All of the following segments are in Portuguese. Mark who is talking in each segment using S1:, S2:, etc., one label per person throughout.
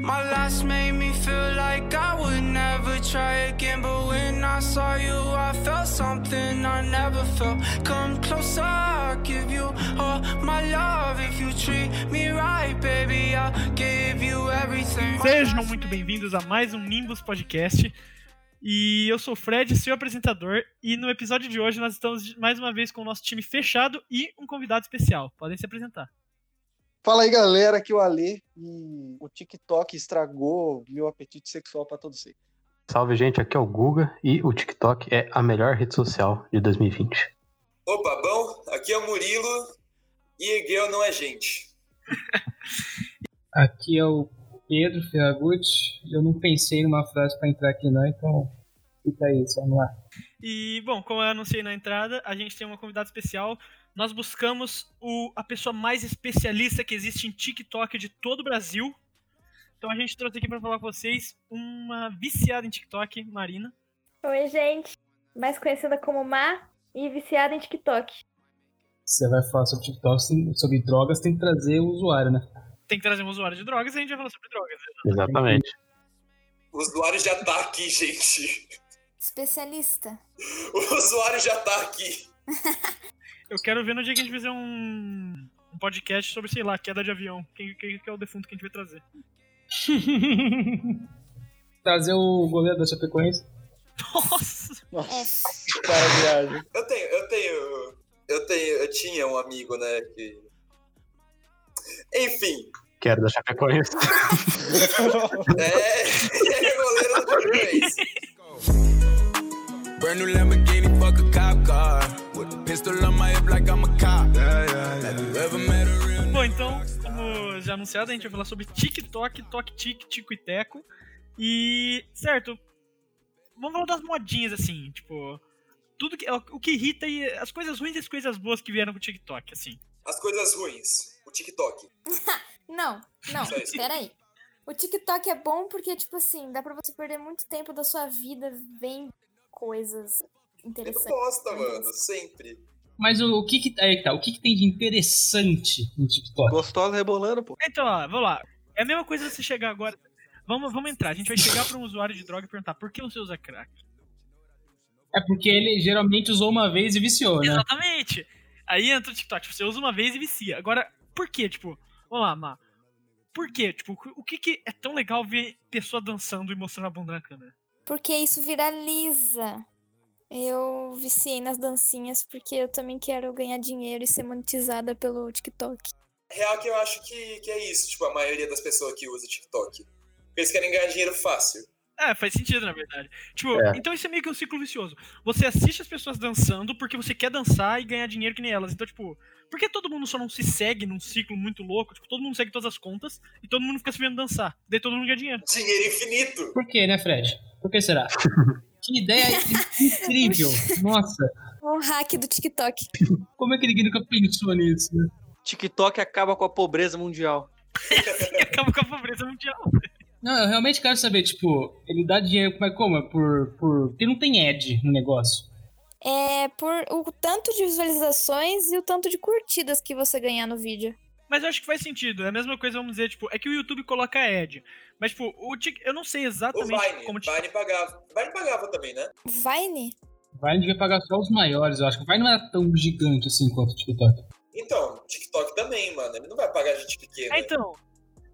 S1: My last made me feel like I would never try again. But when I saw you, I felt something I never felt. Come closer, I'll give you all my love. If you treat me right, baby, I'll give you everything.
S2: Sejam muito bem-vindos a mais um Nimbus Podcast. E eu sou o Fred, seu apresentador, e no episódio de hoje nós estamos de- mais uma vez com o nosso time fechado e um convidado especial. Podem se apresentar.
S3: Fala aí, galera, aqui é o Alê e o TikTok estragou meu apetite sexual pra todos vocês.
S4: Salve, gente. Aqui é o Guga e o TikTok é a melhor rede social de 2020.
S5: Opa, bom? Aqui é o Murilo e Egeu não é gente.
S6: Aqui é o Pedro Ferragutti. Eu não pensei numa frase pra entrar aqui, não, então fica aí, só no ar.
S2: E, bom, como eu anunciei na entrada, a gente tem uma convidada especial. Nós buscamos o, a pessoa mais especialista que existe em TikTok de todo o Brasil. Então a gente trouxe aqui para falar com vocês uma viciada em TikTok, Marina.
S7: Oi, gente. Mais conhecida como Má e viciada em TikTok.
S6: Se Você vai falar sobre TikTok, tem- sobre drogas, tem que trazer o usuário, né?
S2: Tem que trazer um usuário de drogas e a gente vai falar sobre drogas. né?
S4: Exatamente.
S5: O usuário já tá aqui, gente.
S8: Especialista.
S5: O usuário já tá aqui.
S2: Eu quero ver no dia que a gente fizer um, um podcast sobre, sei lá, queda de avião. Quem, quem que é o defunto que a gente vai trazer?
S6: Trazer o goleiro da Chapecoense.
S2: Nossa!
S3: Nossa, cara, viagem.
S5: Eu tenho, eu tenho, eu tenho, eu tinha um amigo, né, que... Enfim,
S4: Quero da Chapecoense.
S5: é, ele é goleiro do Corinthians.
S9: Brand new Lamborghini, fuck a cop car. With a pistol on my hip like I'm a cop. Have you ever met a real
S2: Bom, então, como já anunciado, a gente vai falar sobre TikTok, Tok Tik, Tico e Teco. E, certo, vamos falar das modinhas, assim, tipo... Tudo que, o que irrita e as coisas ruins e as coisas boas que vieram com o TikTok, assim.
S5: As coisas ruins, o TikTok.
S8: Não, não,
S5: Só isso.
S8: peraí. O TikTok é bom porque, tipo assim, dá pra você perder muito tempo da sua vida vendo coisas
S5: Ele não
S8: interessantes.
S5: posta, mano, sempre.
S6: Mas o, o que que. Aí que tá, o que que tem de interessante no TikTok?
S3: Gostosa rebolando, pô.
S2: Então, ó, vamos lá. É a mesma coisa você chegar agora... Vamos, vamos entrar, a gente vai chegar pra um usuário de droga e perguntar por que você usa crack?
S6: É porque ele geralmente usou uma vez e viciou, né?
S2: Exatamente. Aí entra o TikTok. Tipo, você usa uma vez e vicia. Agora, por quê? Tipo, vamos lá, Má. Por quê? Tipo, o que, que é tão legal ver pessoa dançando e mostrando a bunda na câmera?
S8: Porque isso viraliza. Eu viciei nas dancinhas porque eu também quero ganhar dinheiro e ser monetizada pelo TikTok.
S5: É Real que eu acho que, que é isso, tipo, a maioria das pessoas que usa TikTok. Eles querem ganhar dinheiro fácil.
S2: É, faz sentido, na verdade. Tipo,
S4: É.
S2: então isso é meio que um ciclo vicioso. Você assiste as pessoas dançando porque você quer dançar e ganhar dinheiro que nem elas. Então, tipo, por que todo mundo só não se segue num ciclo muito louco? Tipo, todo mundo segue todas as contas e todo mundo fica se vendo dançar. Daí todo mundo ganha dinheiro.
S5: Dinheiro infinito.
S6: Por quê, né, Fred? Por que será? que ideia incrível! Nossa,
S8: Um hack do TikTok.
S6: como é que ninguém nunca pensou nisso? né?
S3: TikTok acaba com a pobreza mundial.
S2: E acaba com a pobreza mundial.
S6: Não, eu realmente quero saber, tipo, ele dá dinheiro, mas como? É por, por... Porque não tem ad no negócio.
S8: É por o tanto de visualizações e o tanto de curtidas que você ganhar no vídeo.
S2: Mas eu acho que faz sentido. É a mesma coisa, vamos dizer, tipo, é que o YouTube coloca ad. Mas, tipo, o Tik- eu não sei
S5: O
S2: exatamente
S5: Vine,
S2: como. Tik-
S5: Vine pagava. Vine pagava também, né?
S8: Vine?
S6: Vai devia pagar só os maiores, eu acho. que Vai não era tão gigante assim quanto o TikTok.
S5: Então, TikTok também, mano. Ele não vai pagar gente pequena.
S2: É, então.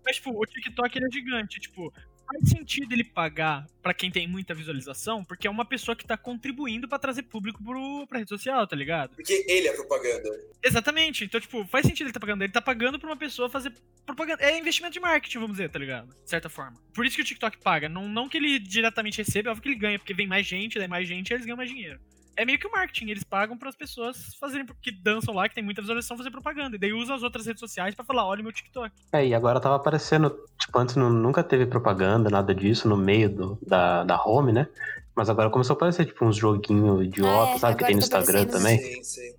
S2: Mas, tipo, o TikTok ele é gigante. Tipo, faz sentido ele pagar pra quem tem muita visualização, porque é uma pessoa que tá contribuindo pra trazer público pro, pra rede social, tá ligado?
S5: Porque ele é propaganda.
S2: Exatamente. Então, tipo, faz sentido ele tá pagando. Ele tá pagando pra uma pessoa fazer propaganda. É investimento de marketing, vamos dizer, tá ligado? De certa forma. Por isso que o TikTok paga. Não, não que ele diretamente receba, é óbvio que ele ganha, porque vem mais gente, daí mais gente, eles ganham mais dinheiro. É meio que o marketing, eles pagam pras pessoas fazerem que dançam lá, que tem muita visualização, fazer propaganda. E daí usam as outras redes sociais pra falar, olha o meu TikTok.
S4: É, e agora tava aparecendo. Tipo, antes não- nunca teve propaganda, nada disso, no meio do- da, da home, né? Mas agora começou a aparecer, tipo, uns joguinhos
S8: Ah,
S4: idiotas,
S8: é,
S4: sabe? Que tem no
S8: agora tá
S4: Instagram
S8: aparecendo.
S4: também.
S5: Sim, sim.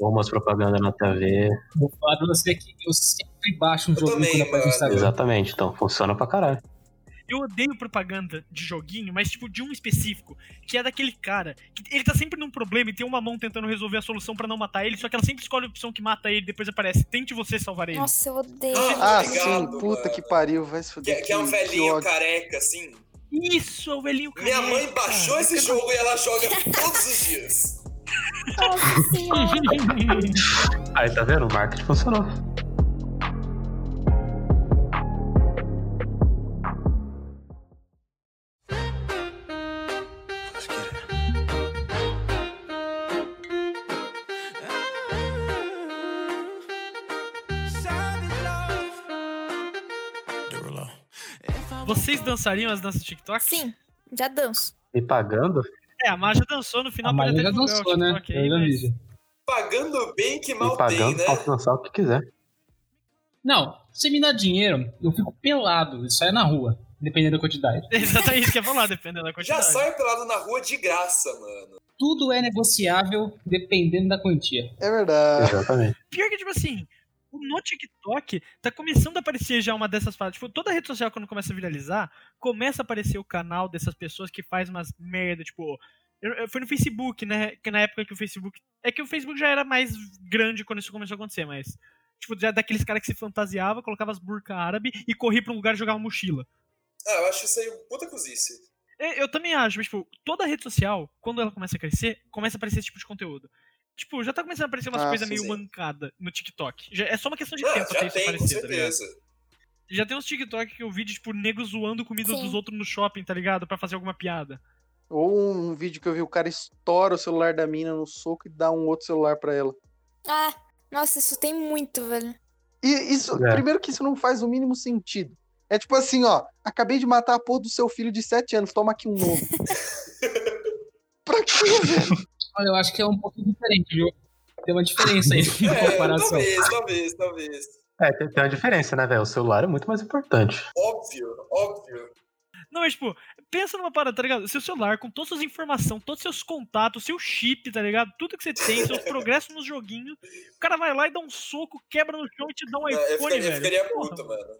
S4: Ou umas propagandas na TV.
S6: Vou falar pra você que eu sempre baixo um
S5: Eu
S6: jogo
S5: também,
S6: quando aparece no
S5: mano.
S6: Instagram.
S4: Exatamente. Então, funciona pra caralho.
S2: Eu odeio propaganda de joguinho, mas tipo de um específico, que é daquele cara que ele tá sempre num problema e tem uma mão tentando resolver a solução pra não matar ele, só que ela sempre escolhe a opção que mata ele, depois aparece, tente você salvar ele.
S8: Nossa, eu odeio.
S3: Ah,
S5: Ah, Obrigado,
S3: sim, puta
S5: mano.
S3: que pariu, vai se
S5: Que,
S3: fuder.
S5: que é um velhinho
S3: ódio.
S5: careca, assim.
S2: Isso, é o velhinho cara.
S5: Minha mãe baixou esse jogo e ela joga todos os dias.
S8: Nossa senhora.
S4: Aí tá vendo? O marketing funcionou.
S2: Vocês dançariam as danças de TikTok?
S8: Sim, já danço.
S4: Me pagando?
S2: É, a Maja dançou no final.
S6: A Maria
S2: pode
S6: já
S2: até divulgar
S6: dançou,
S2: o
S6: né?
S2: TikTok aí,
S6: Eu já
S2: mas-
S6: vi. já.
S5: Pagando bem que mal
S4: Me
S5: tem,
S4: pagando,
S5: né?
S4: pode dançar o que quiser.
S6: Não, se me dá dinheiro, eu fico pelado e saio na rua, dependendo da quantidade.
S2: Exatamente isso que eu ia falar, dependendo da
S5: Já
S2: quantidade.
S5: sai pelado na rua de graça, mano.
S6: Tudo é negociável dependendo da quantia.
S3: É verdade.
S4: Exatamente.
S2: Pior que, tipo assim, no TikTok tá começando a aparecer já uma dessas paradas. Tipo, toda rede social quando começa a viralizar, começa a aparecer o canal dessas pessoas que faz umas merda, tipo... Eu, eu fui no Facebook, né? Que na época que o Facebook... É que o Facebook já era mais grande quando isso começou a acontecer, mas... Tipo, já daqueles caras que se fantasiava, colocava as burca árabe e corria pra um lugar e jogava mochila.
S5: Ah, eu acho isso aí um puta cozice.
S2: É, Eu também acho, mas, tipo, toda rede social, quando ela começa a crescer, começa a aparecer esse tipo de conteúdo. Tipo, já tá começando a aparecer umas
S3: Ah,
S2: coisas
S5: sim,
S2: meio
S5: sim.
S2: mancada no TikTok. Já- é só uma questão de
S5: Ah,
S2: tempo até
S5: já
S2: isso
S5: tem, com
S2: aparecer, tá ligado?
S5: certeza.
S2: Já tem uns TikTok que eu vi de, tipo, nego zoando comida
S8: Sim.
S2: dos outros no shopping, tá ligado? Pra fazer alguma piada.
S3: Ou um vídeo que eu vi, o cara estoura o celular da mina no soco e dá um outro celular pra ela.
S8: Ah, nossa, isso tem muito, velho.
S3: E isso,
S4: É.
S3: primeiro que isso não faz o mínimo sentido. É tipo assim, ó, acabei de matar a porra do seu filho de 7 anos, toma aqui um novo. pra quê, velho?
S6: Olha, eu acho que é um pouquinho diferente, viu? Tem uma diferença aí na
S5: É,
S6: comparação.
S5: talvez, talvez, talvez.
S4: É, tem, tem uma diferença, né, velho? O celular é muito mais importante.
S5: Óbvio, óbvio.
S2: Não, mas, tipo, pensa numa parada, tá ligado? Seu celular, com todas as suas informações, todos os seus contatos, seu chip, tá ligado? Tudo que você tem, seus progressos nos joguinhos. O cara vai lá e dá um soco, quebra no chão e te dá um
S5: Ah, eu,
S2: iPhone,
S5: ficaria, eu
S2: velho.
S5: ficaria
S2: Porra,
S5: puto, mano.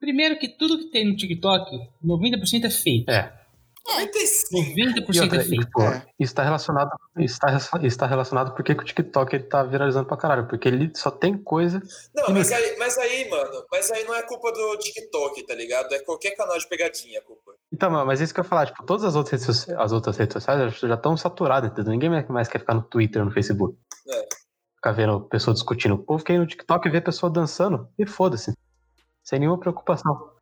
S6: Primeiro que tudo que tem no TikTok, 90% é fake.
S4: É.
S5: 95.
S6: 90% é
S4: e,
S6: fake.
S4: tipo,
S3: É.
S4: isso tá relacionado. Isso tá, isso tá relacionado porque que o TikTok ele tá viralizando pra caralho. Porque ele só tem coisa.
S5: Não, mas aí, mas aí, mano, mas aí não é culpa do TikTok, tá ligado? É qualquer canal de pegadinha a culpa.
S4: Então, mas mas isso que eu ia falar, tipo, todas as outras redes, soci- as outras redes sociais já estão saturadas, entendeu? Ninguém mais- mais quer ficar no Twitter, no Facebook.
S5: É.
S4: Ficar vendo pessoa discutindo. O povo quer ir no TikTok e ver pessoa dançando e foda-se. Sem nenhuma preocupação.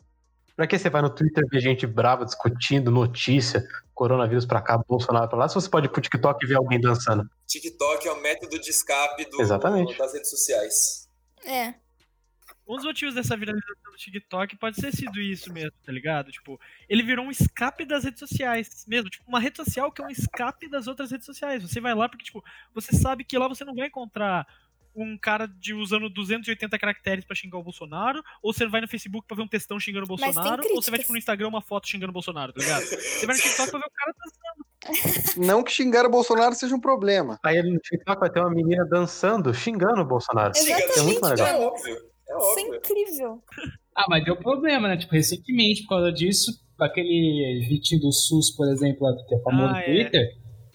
S4: Pra que você vai no Twitter ver gente brava discutindo notícia, coronavírus pra cá, Bolsonaro pra lá, se você pode ir pro TikTok e ver alguém dançando?
S5: TikTok é o método de escape do,
S4: Exatamente.
S5: das redes sociais.
S8: É.
S5: Tá
S2: Um dos motivos dessa viralização do TikTok pode ter sido isso mesmo, tá ligado? Tipo, ele virou um escape das redes sociais mesmo. Tipo, uma rede social que é um escape das outras redes sociais. Você vai lá porque, tipo, você sabe que lá você não vai encontrar um cara de usando 280 caracteres pra xingar o Bolsonaro, ou você vai no Facebook pra ver um textão xingando o
S8: Mas tem
S2: Bolsonaro, ou você vai,
S8: críticas.
S2: tipo, no Instagram uma foto xingando o Bolsonaro, tá ligado? Você vai no TikTok pra ver o cara tá dançando.
S3: Não que xingar o Bolsonaro seja um problema.
S4: Aí no TikTok "Ah, vai ter uma menina dançando, xingando o Bolsonaro.
S8: Exatamente,
S4: é muito mais
S5: É
S4: legal.
S8: mano.
S5: óbvio, é
S8: Isso é
S5: óbvio.
S8: incrível.
S6: Ah, mas deu problema, né? Tipo, recentemente, por causa disso, aquele Vitinho do SUS, por exemplo, lá, que é famoso
S2: Ah,
S6: no
S2: é.
S6: Twitter,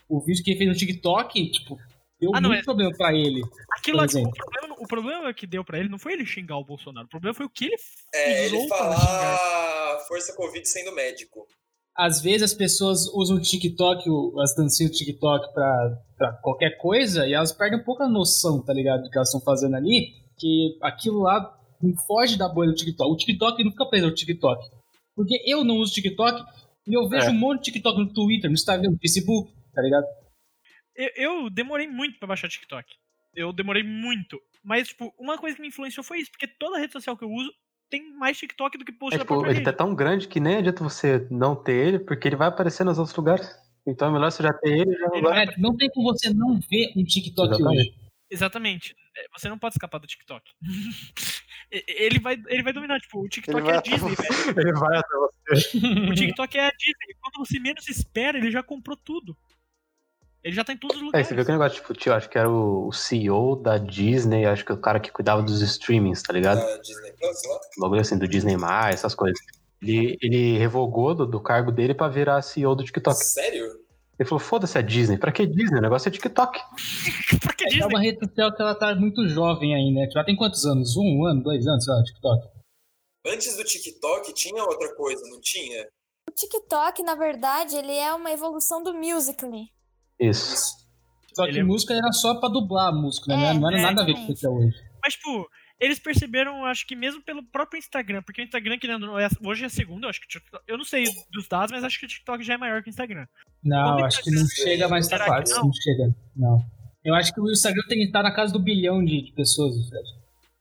S6: o vídeo que ele fez no TikTok, tipo, deu
S2: Ah, não,
S6: muito
S2: é-
S6: problema pra ele.
S2: Aquilo lá,
S6: Por exemplo.
S2: o, problema, o problema que deu pra ele não foi ele xingar o Bolsonaro, o problema foi o que ele fez
S5: É, ele
S2: ou pra xingar.
S5: falar força Covid sendo médico.
S6: Às vezes as pessoas usam o TikTok, o- as dancinhas do TikTok pra, pra qualquer coisa, e elas perdem um pouco a noção, tá ligado? Do que elas estão fazendo ali, que aquilo lá não foge da bolha do TikTok. O TikTok não fica preso ao TikTok. Porque eu não uso TikTok, e eu vejo
S4: É.
S6: um monte de TikTok no Twitter, no Instagram, no Facebook, tá ligado?
S2: Eu, eu demorei muito pra baixar TikTok. Eu demorei muito. Mas, tipo, uma coisa que me influenciou foi isso, porque toda rede social que eu uso tem mais TikTok do que post
S4: É,
S2: da
S4: tipo,
S2: própria
S4: ele tá
S2: rede.
S4: tão grande que nem adianta você não ter ele, porque ele vai aparecer nos outros lugares. Então é melhor você já ter ele e já
S2: Ele
S4: vai.
S6: É, não tem como você não ver um TikTok
S4: Exatamente.
S6: hoje.
S2: Exatamente. É, Você não pode escapar do TikTok. E- ele, vai, ele vai dominar, tipo, o TikTok
S3: Ele vai
S2: é a
S3: até
S2: Disney, velho.
S4: Ele vai até você.
S2: O TikTok é a Disney. Quando você menos espera, ele já comprou tudo. Ele já tá em todos os
S4: É,
S2: lugares.
S4: você viu que negócio, tipo, tio, acho que era o o CEO da Disney, acho que o cara que cuidava dos streamings, tá ligado?
S5: Da Disney Plus, lá.
S4: O bagulho assim, do Disney, essas coisas. Ele, ele revogou do, do cargo dele pra virar CEO do TikTok.
S5: Sério?
S4: Ele falou, foda-se a Disney. Pra que Disney? O negócio é TikTok.
S2: pra que
S6: É
S2: Disney?
S6: uma rede social que ela tá muito jovem ainda, né? Tipo, ela tem quantos anos? Um ano, dois anos, sei lá, TikTok.
S5: Antes do TikTok tinha outra coisa, não tinha?
S8: O TikTok, na verdade, ele é uma evolução do Musical.ly.
S4: Isso.
S6: Só que
S2: Ele é-
S6: música era só pra dublar a música, né?
S8: É,
S6: não era
S8: é,
S6: nada a ver com o que é hoje.
S2: Mas, tipo, eles perceberam, acho que mesmo pelo próprio Instagram, porque o Instagram, querendo, ou não, é- hoje é a segunda, eu acho que o TikTok- eu não sei dos dados, mas acho que o TikTok já é maior que o Instagram.
S6: Não,
S2: Como é
S6: acho
S2: que
S6: que não
S2: vocês-
S6: chega mais
S2: Será
S6: tá
S2: que
S6: fácil.
S2: não?
S6: Não? chega, não. Eu acho que o Instagram tem que estar na casa do bilhão de, de pessoas, Fred.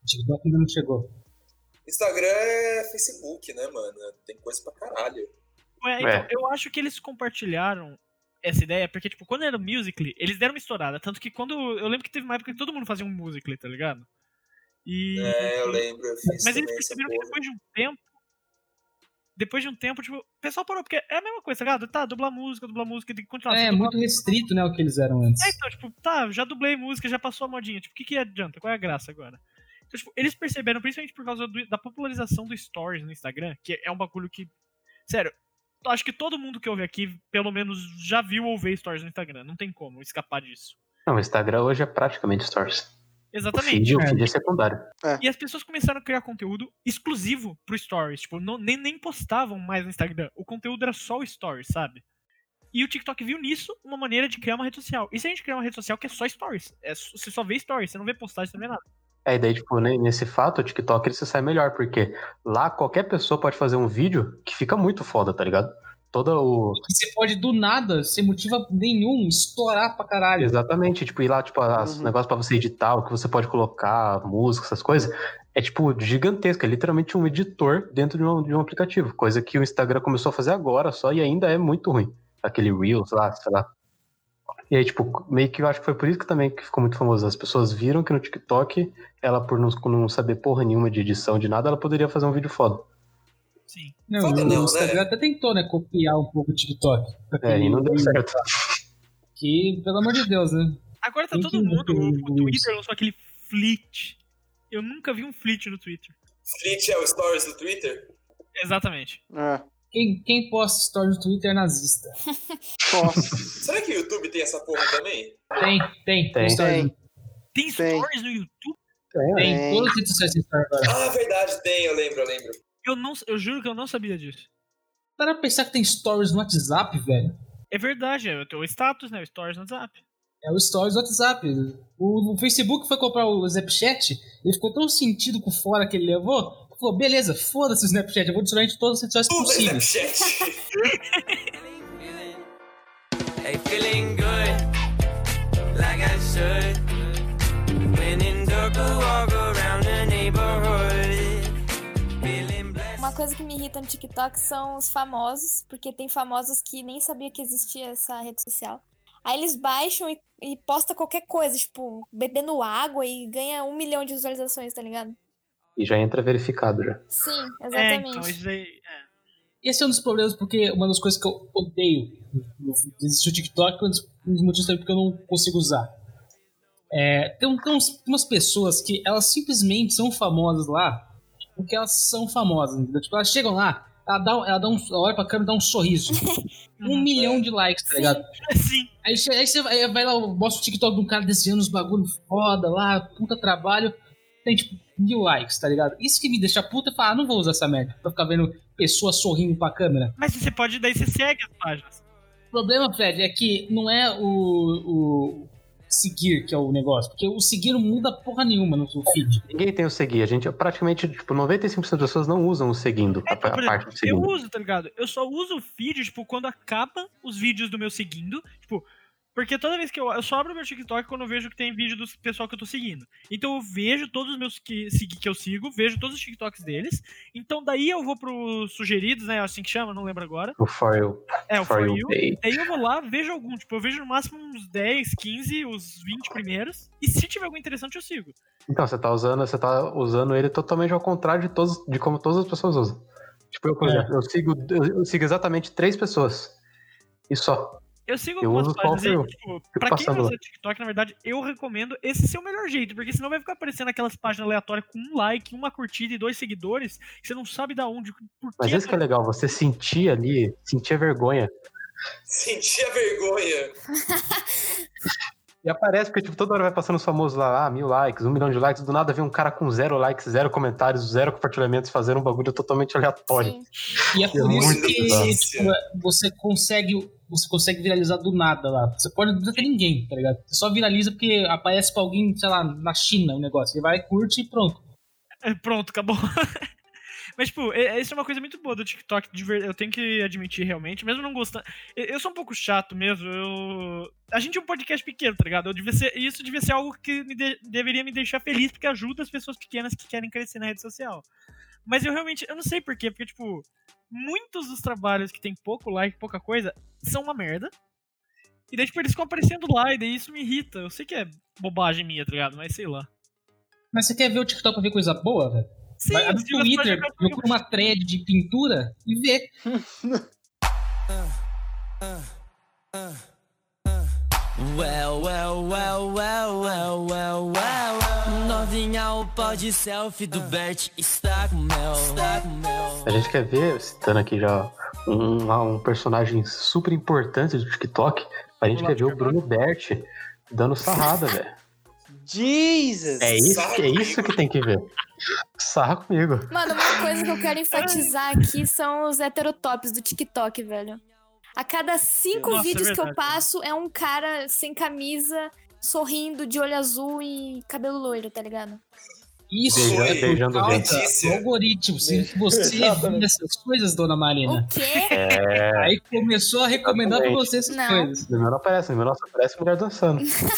S6: O TikTok ainda não chegou.
S5: Instagram é Facebook, né, mano? Tem coisa pra caralho.
S2: Ué,
S5: É.
S2: então, eu acho que eles compartilharam essa ideia, porque, tipo, quando era o Musical.ly, eles deram uma estourada, tanto que quando, eu lembro que teve uma época que todo mundo fazia um Musical.ly, tá ligado? E...
S5: É, eu lembro, eu fiz
S2: Uhum. Mas eles
S5: também essa
S2: perceberam que
S5: porra.
S2: depois de um tempo. Depois de um tempo, tipo, o pessoal parou, porque é a mesma coisa, tá ligado? Tá, dublar música, dublar música, tem que continuar.
S6: é,
S2: assim, dublar-
S6: muito restrito, né, o que eles eram antes.
S2: É, então, tipo, tá, já dublei música, já passou a modinha. Tipo, o que, que adianta? Qual é a graça agora? Então, tipo, eles perceberam, principalmente por causa do- da popularização do Stories no Instagram, que é um bagulho que. Sério, eu acho que todo mundo que ouve aqui, pelo menos, já viu ou vê Stories no Instagram. Não tem como escapar disso.
S4: Não, o Instagram hoje é praticamente Stories. O
S2: Exatamente.
S4: feed, o
S6: é.
S4: feed é secundário.
S2: E as pessoas começaram a criar conteúdo exclusivo pro Stories. Tipo, não- nem, nem postavam mais no Instagram. O conteúdo era só o Stories, sabe? E o TikTok viu nisso uma maneira de criar uma rede social. E se a gente criar uma rede social que é só Stories? É, s- você só vê Stories, você não vê postagem, você não vê nada.
S4: É, e daí, tipo, né, nesse fato, o TikTok ele se sai melhor, porque lá qualquer pessoa pode fazer um vídeo que fica muito foda, tá ligado? Toda o.
S6: E Você pode, do nada, sem motivo nenhum, estourar pra caralho.
S4: Exatamente, tipo, ir lá, tipo, as
S3: Uhum.
S4: negócios pra você editar, o que você pode colocar, música, essas coisas. É, tipo, gigantesca, é literalmente um editor dentro de um, de um aplicativo, coisa que o Instagram começou a fazer agora só e ainda é muito ruim. Aquele Reels lá, sei lá. E aí, tipo, meio que eu acho que foi por isso que também que ficou muito famoso. As pessoas viram que no TikTok, ela por não, não saber porra nenhuma de edição, de nada, ela poderia fazer um vídeo foda.
S2: Sim.
S6: Não,
S5: Foda
S6: o
S5: não, né?
S6: Instagram até tentou, né, copiar um pouco o TikTok.
S4: É, e
S6: Uhum.
S4: não deu certo.
S6: Que, pelo amor de Deus, né?
S2: Agora tá
S6: Quem
S2: todo
S6: que nunca
S2: mundo. O
S6: viu
S2: Twitter lançou aquele flit. Eu nunca vi um flit no Twitter.
S5: Fleet é o Stories do Twitter?
S2: Exatamente.
S3: É.
S6: Quem, quem posta stories no Twitter é nazista.
S3: Nossa.
S5: Será que o YouTube tem essa porra também?
S6: Tem, tem,
S4: Tem.
S6: stories.
S3: Tem.
S2: Tem
S3: Tem.
S2: Stories no YouTube?
S6: Tem,
S3: Tem.
S6: todas as redes sociais têm stories agora.
S5: Ah, verdade, tem, eu lembro, eu lembro.
S2: Eu, não, eu juro que eu não sabia disso.
S6: Para pensar que tem stories no WhatsApp, velho.
S2: É verdade, é o status, né? O Stories no WhatsApp.
S6: É o stories do WhatsApp. O, o Facebook foi comprar o Snapchat ele ficou tão sentido com fora que ele levou. que Falou, beleza, foda-se o Snapchat, eu vou adicionar em todas as redes sociais
S5: Tudo é
S6: possíveis.
S5: Snapchat.
S9: Hey, feeling good, like I should. When in doubt, go walk around the neighborhood. Feeling blessed.
S8: Uma coisa que me irrita no TikTok são os famosos, porque tem famosos que nem sabia que existia essa rede social. Aí eles baixam e, e posta qualquer coisa, tipo, bebendo água e ganha um milhão de visualizações, tá ligado?
S4: E já entra verificado já.
S8: Sim,
S2: É, então
S8: exatamente.
S2: isso aí. é.
S6: Esse é um dos problemas, porque uma das coisas que eu odeio existe o TikTok, é um dos um dos motivos também porque eu não consigo usar. É, tem, um- tem uns- umas pessoas que elas simplesmente são famosas lá porque elas são famosas. entendeu? Tipo, elas chegam lá, ela, dá, um- ela, dá um, ela olha pra câmera e dá um sorriso. um milhão de likes, tá ligado?
S2: Sim.
S6: Aí, che- aí você vai, aí vai lá, mostra o TikTok de um cara desenhando uns bagulho foda lá, puta trabalho. Tem tipo mil likes, tá ligado? Isso que me deixa puta e fala, ah, não vou usar essa merda pra ficar vendo pessoas sorrindo pra câmera.
S2: Mas você pode, daí você segue as páginas.
S6: O problema, Fred, é que não é o, o seguir que é o negócio, porque o seguir não muda porra nenhuma no seu feed.
S4: Ninguém tem o seguir. A gente praticamente, tipo, 95% das pessoas não usam o seguindo,
S2: É,
S4: a, a
S2: tipo, por
S4: parte do
S2: exemplo, eu
S4: seguindo.
S2: uso, tá ligado? Eu só uso o feed, tipo, quando acaba os vídeos do meu seguindo. Tipo, porque toda vez que eu. Eu só abro meu TikTok quando eu vejo que tem vídeo do pessoal que eu tô seguindo. Então eu vejo todos os meus que, segui- que eu sigo, vejo todos os TikToks deles. Então daí eu vou pros sugeridos, né? Assim que chama, não lembro agora.
S4: O for you,
S2: É, o For You.
S4: page.
S2: Daí eu vou lá, vejo algum. Tipo, eu vejo no máximo uns 10, 15, os 20 primeiros. E se tiver algum interessante, eu sigo.
S4: Então, você tá usando, você tá usando ele totalmente ao contrário de todos, de como todas as pessoas usam. Tipo, eu, por
S6: É.
S4: exemplo, eu sigo, eu, eu sigo exatamente três pessoas. E só.
S2: Eu sigo
S4: Eu
S2: algumas
S4: uso só
S2: páginas
S4: o
S2: e,
S4: meu.
S2: tipo,
S4: Fico
S2: pra quem
S4: passando lá.
S2: usa TikTok, na verdade, eu recomendo esse ser o melhor jeito, porque senão vai ficar aparecendo aquelas páginas aleatórias com um like, uma curtida e dois seguidores, que você não sabe da onde, por
S4: Mas
S2: quê.
S4: isso que é legal, você sentir ali, sentir a vergonha.
S5: Sentia vergonha.
S4: E aparece, porque tipo, toda hora vai passando os famosos lá, ah, mil likes, um milhão de likes, do nada vem um cara com zero likes, zero comentários, zero compartilhamentos, fazendo um bagulho totalmente aleatório.
S8: Sim.
S6: E é por
S4: É
S6: isso
S4: muito
S6: que
S5: bizarro.
S6: tipo, é, você consegue. Você consegue viralizar do nada lá. Você pode não ter ninguém, tá ligado? Você só viraliza porque aparece pra alguém, sei lá, na China o negócio. Ele vai, curte e pronto.
S2: É, Pronto, acabou. Mas, tipo, é- é- isso é uma coisa muito boa do TikTok, de ver- eu tenho que admitir realmente, mesmo não gostando. Eu eu sou um pouco chato mesmo, eu. A gente é um podcast pequeno, tá ligado? Eu devia ser- isso devia ser algo que me de- deveria me deixar feliz, porque ajuda as pessoas pequenas que querem crescer na rede social. Mas eu realmente, eu não sei porquê, porque, tipo, muitos dos trabalhos que tem pouco like, pouca coisa, são uma merda. E daí, tipo, eles ficam aparecendo lá, e daí isso me irrita. Eu sei que é bobagem minha, tá ligado? Mas sei lá.
S6: Mas você quer ver o TikTok pra ver coisa boa, velho?
S2: Sim,
S6: Vai
S2: eu
S6: no
S2: sigo as
S6: Twitter,
S2: páginas-
S6: procura uma thread de pintura e vê.
S9: Well, well, well, well, well, well, well, well. Novinha, o pau de selfie do Bert está com mel. Está com mel.
S4: A gente quer ver, citando aqui já um, um personagem super importante do TikTok, a gente
S2: Olá,
S4: quer ver o Bruno Berti dando sarrada, velho.
S3: Jesus!
S4: É isso, que- é isso que tem que ver. Sarra comigo.
S8: Mano, uma coisa que eu quero enfatizar aqui são os heterotops do TikTok, velho. A cada cinco
S2: Nossa, é
S8: vídeos que eu
S2: verdade.
S8: passo é um cara sem camisa, sorrindo, de olho azul e cabelo loiro, tá ligado?
S6: Isso
S5: Beijando-
S6: é por
S4: beijando
S6: causa
S5: gente.
S6: do algoritmo. Se você viu essas coisas, dona Marina,
S8: O quê?
S5: É.
S6: aí começou a recomendar pra você essas
S8: Não.
S6: coisas.
S4: No meu não aparece, no meu não só aparece mulher dançando. Sarra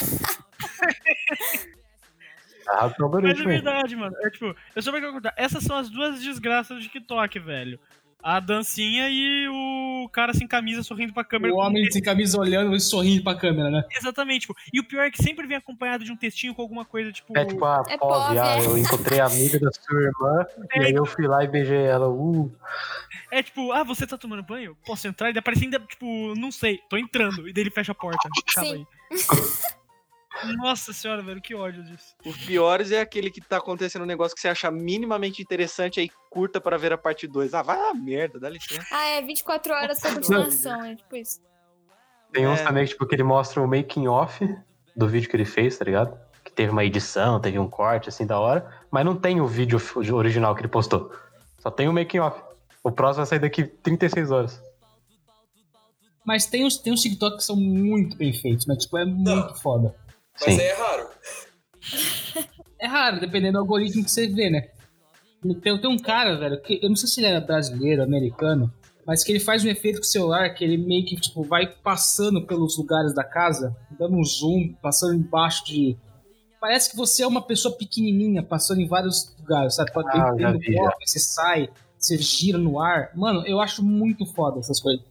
S2: Mas
S4: pro
S2: é
S4: algoritmo. hein?
S2: verdade, mano. É tipo, eu só vou contar. Essas são as duas desgraças do TikTok, velho. A dancinha e o cara sem camisa sorrindo pra câmera.
S6: O homem sem camisa olhando e sorrindo pra câmera, né?
S2: Exatamente, tipo. E o pior é que sempre vem acompanhado de um textinho com alguma coisa, tipo.
S4: É tipo, ah,
S8: É
S4: pove,
S8: pove,
S4: ah,
S8: é.
S4: eu encontrei a amiga da sua irmã, e aí eu fui lá e beijei ela. Uh,
S2: é tipo, ah, você tá tomando banho? Posso entrar? E daí aparece ainda, tipo, não sei, tô entrando. E daí ele fecha a porta. Acaba
S8: Sim.
S2: aí. Nossa senhora, velho, que ódio disso.
S3: Os piores é aquele que tá acontecendo um negócio que você acha minimamente interessante aí curta pra ver a parte 2. Ah, vai a merda, dá licença.
S8: Ah, é 24 horas pra continuação, é tipo isso.
S4: Tem uns
S3: É.
S4: também que, tipo, que ele mostra o making off do vídeo que ele fez, tá ligado? Que teve uma edição, teve um corte, assim, da hora. Mas não tem o vídeo f- original que ele postou. Só tem o making off. O próximo vai sair daqui 36 horas.
S6: Mas tem uns, tem uns TikTok que são muito bem feitos, mas tipo, é muito foda.
S5: Mas
S4: Sim.
S5: aí é raro.
S6: É raro, dependendo do algoritmo que você vê, né? Tem, tem um cara, velho, que eu não sei se ele era brasileiro, americano, mas que ele faz um efeito com o celular que ele meio que tipo, vai passando pelos lugares da casa, dando um zoom, passando embaixo de. Parece que você é uma pessoa pequenininha, passando em vários lugares, sabe? Pode
S4: Ah, já
S6: dentro do
S4: vi, já.
S6: móvel, você sai, você gira no ar. Mano, eu acho muito foda essas coisas. Hum.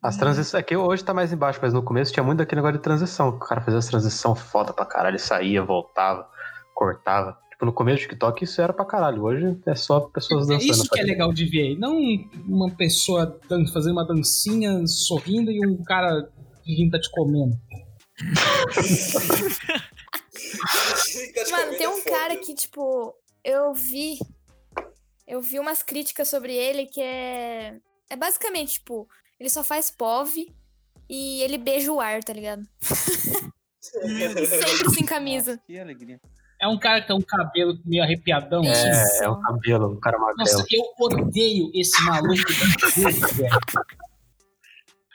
S4: As transições. Aqui hoje tá mais embaixo, mas no começo tinha muito daquele negócio de transição. que O cara fazia as transição foda pra caralho. Ele saía, voltava, cortava. Tipo, no começo do TikTok isso era pra caralho. Hoje é só pessoas
S6: É
S4: dançando.
S6: isso que é
S4: sabe?
S6: legal de ver aí. Não uma pessoa dan- fazendo uma dancinha, sorrindo e um cara fingindo tá te comendo.
S5: Quem tá te
S8: Mano,
S5: comendo
S8: tem
S5: é
S8: um
S5: foda.
S8: cara que, tipo, eu vi. Eu vi umas críticas sobre ele que é. É basicamente, tipo, ele só faz POV e ele beija o ar, tá ligado? Sempre sem camisa.
S3: Que alegria.
S6: É um cara que tem um cabelo meio arrepiadão. assim.
S4: É, é o cabelo, o cara magrelo.
S6: Nossa, eu odeio esse maluco. velho.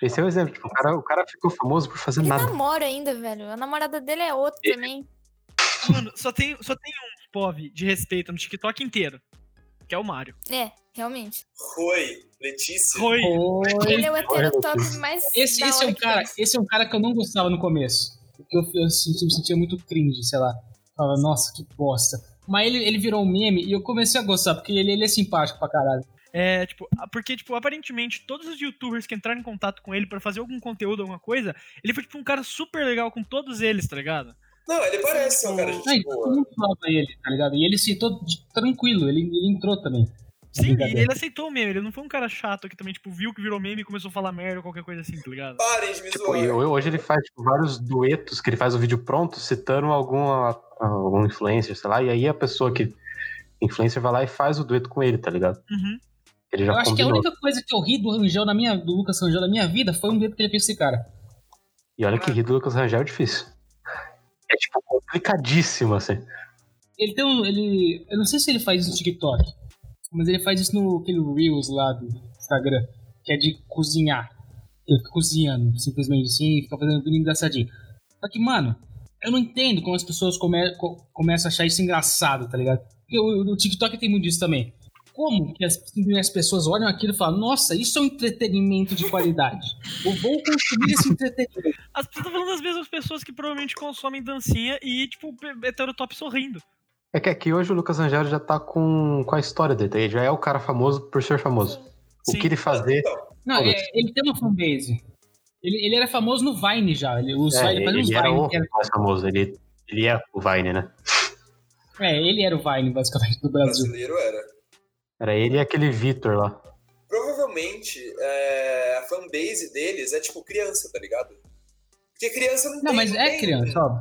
S4: Esse é o exemplo. Tipo, o, cara, o cara ficou famoso por fazer
S8: Ele
S4: nada.
S8: namora ainda, velho. A namorada dele é outra também.
S2: Mano, só tem, só tem um POV de respeito no TikTok inteiro. Que é o Mario.
S8: É, realmente.
S5: Roy, Letícia.
S2: Oi.
S6: Oi.
S8: Ele é o heterotop mais.
S6: Esse, esse
S8: da
S6: é
S8: hora
S6: um
S8: que
S6: cara,
S8: tem.
S6: esse é um cara que eu não gostava no começo. Porque eu, eu senti- me sentia muito cringe, sei lá. Falava, nossa, que bosta. Mas ele, ele virou um meme e eu comecei a gostar, porque ele, ele é simpático pra caralho.
S2: É, tipo, a- porque, tipo, aparentemente todos os youtubers que entraram em contato com ele pra fazer algum conteúdo, alguma coisa, ele foi, tipo, um cara super legal com todos eles, tá ligado?
S5: Não, ele parece ser um cara de
S6: Aí,
S5: gente
S6: todo
S5: boa.
S6: mundo falava ele, tá ligado? E ele se todo tranquilo, ele, ele entrou também.
S2: Sim, e
S6: brincadeira.
S2: ele aceitou o meme, ele não foi um cara chato que também, tipo, viu que virou meme e começou a falar merda ou qualquer coisa assim, tá ligado?
S5: Parem de me
S4: Tipo,
S6: É.
S5: zoar.
S4: e ho- hoje ele faz tipo, vários duetos que ele faz o vídeo pronto citando alguma, algum influencer, sei lá, e aí a pessoa que. Influencer vai lá e faz o dueto com ele, tá ligado?
S2: Uhum.
S4: Ele já
S6: Eu acho que é a
S4: combinou.
S6: única coisa que eu ri do Rangel na minha, do Lucas Rangel na minha vida foi um dedo que ele fez com esse cara.
S4: E olha
S6: né?
S4: que rir do Lucas Rangel é difícil. É tipo complicadíssimo, assim.
S6: Ele tem um. Ele. Eu não sei se ele faz isso no TikTok, mas ele faz isso no aquele Reels lá do Instagram, que é de cozinhar. Ele fica cozinhando, simplesmente assim, e fica fazendo tudo engraçadinho. Só que, mano, eu não entendo como as pessoas come, co- começam a achar isso engraçado, tá ligado? Porque o, o TikTok tem muito disso também. Como que as, que as pessoas olham aquilo e falam, nossa, isso é um entretenimento de qualidade. Eu vou consumir esse entretenimento.
S2: As pessoas estão falando das mesmas pessoas que provavelmente consomem dancinha e, tipo, pe- heterotop sorrindo.
S4: É que aqui hoje o Lucas Rangel já tá com, com a história dele, ele já é o cara famoso por ser famoso.
S2: Sim.
S4: O que ele fazer.
S5: Então,
S6: Não,
S4: Olha.
S6: é- ele tem uma fanbase. Ele, ele era famoso no Vine já. Ele, os,
S4: É,
S6: ele
S4: ele,
S6: fazia uns
S4: era
S6: Vine,
S4: o
S6: que era-
S4: mais famoso, ele, ele é o Vine, né?
S6: é, ele era o Vine, basicamente, do Brasil.
S5: Brasileiro era.
S4: Era ele e aquele Vitor lá.
S5: Provavelmente é, a fanbase deles é tipo criança, tá ligado? Porque criança não,
S6: Não,
S5: tem.
S6: mas é
S5: tem-
S2: um-
S6: criança, ó.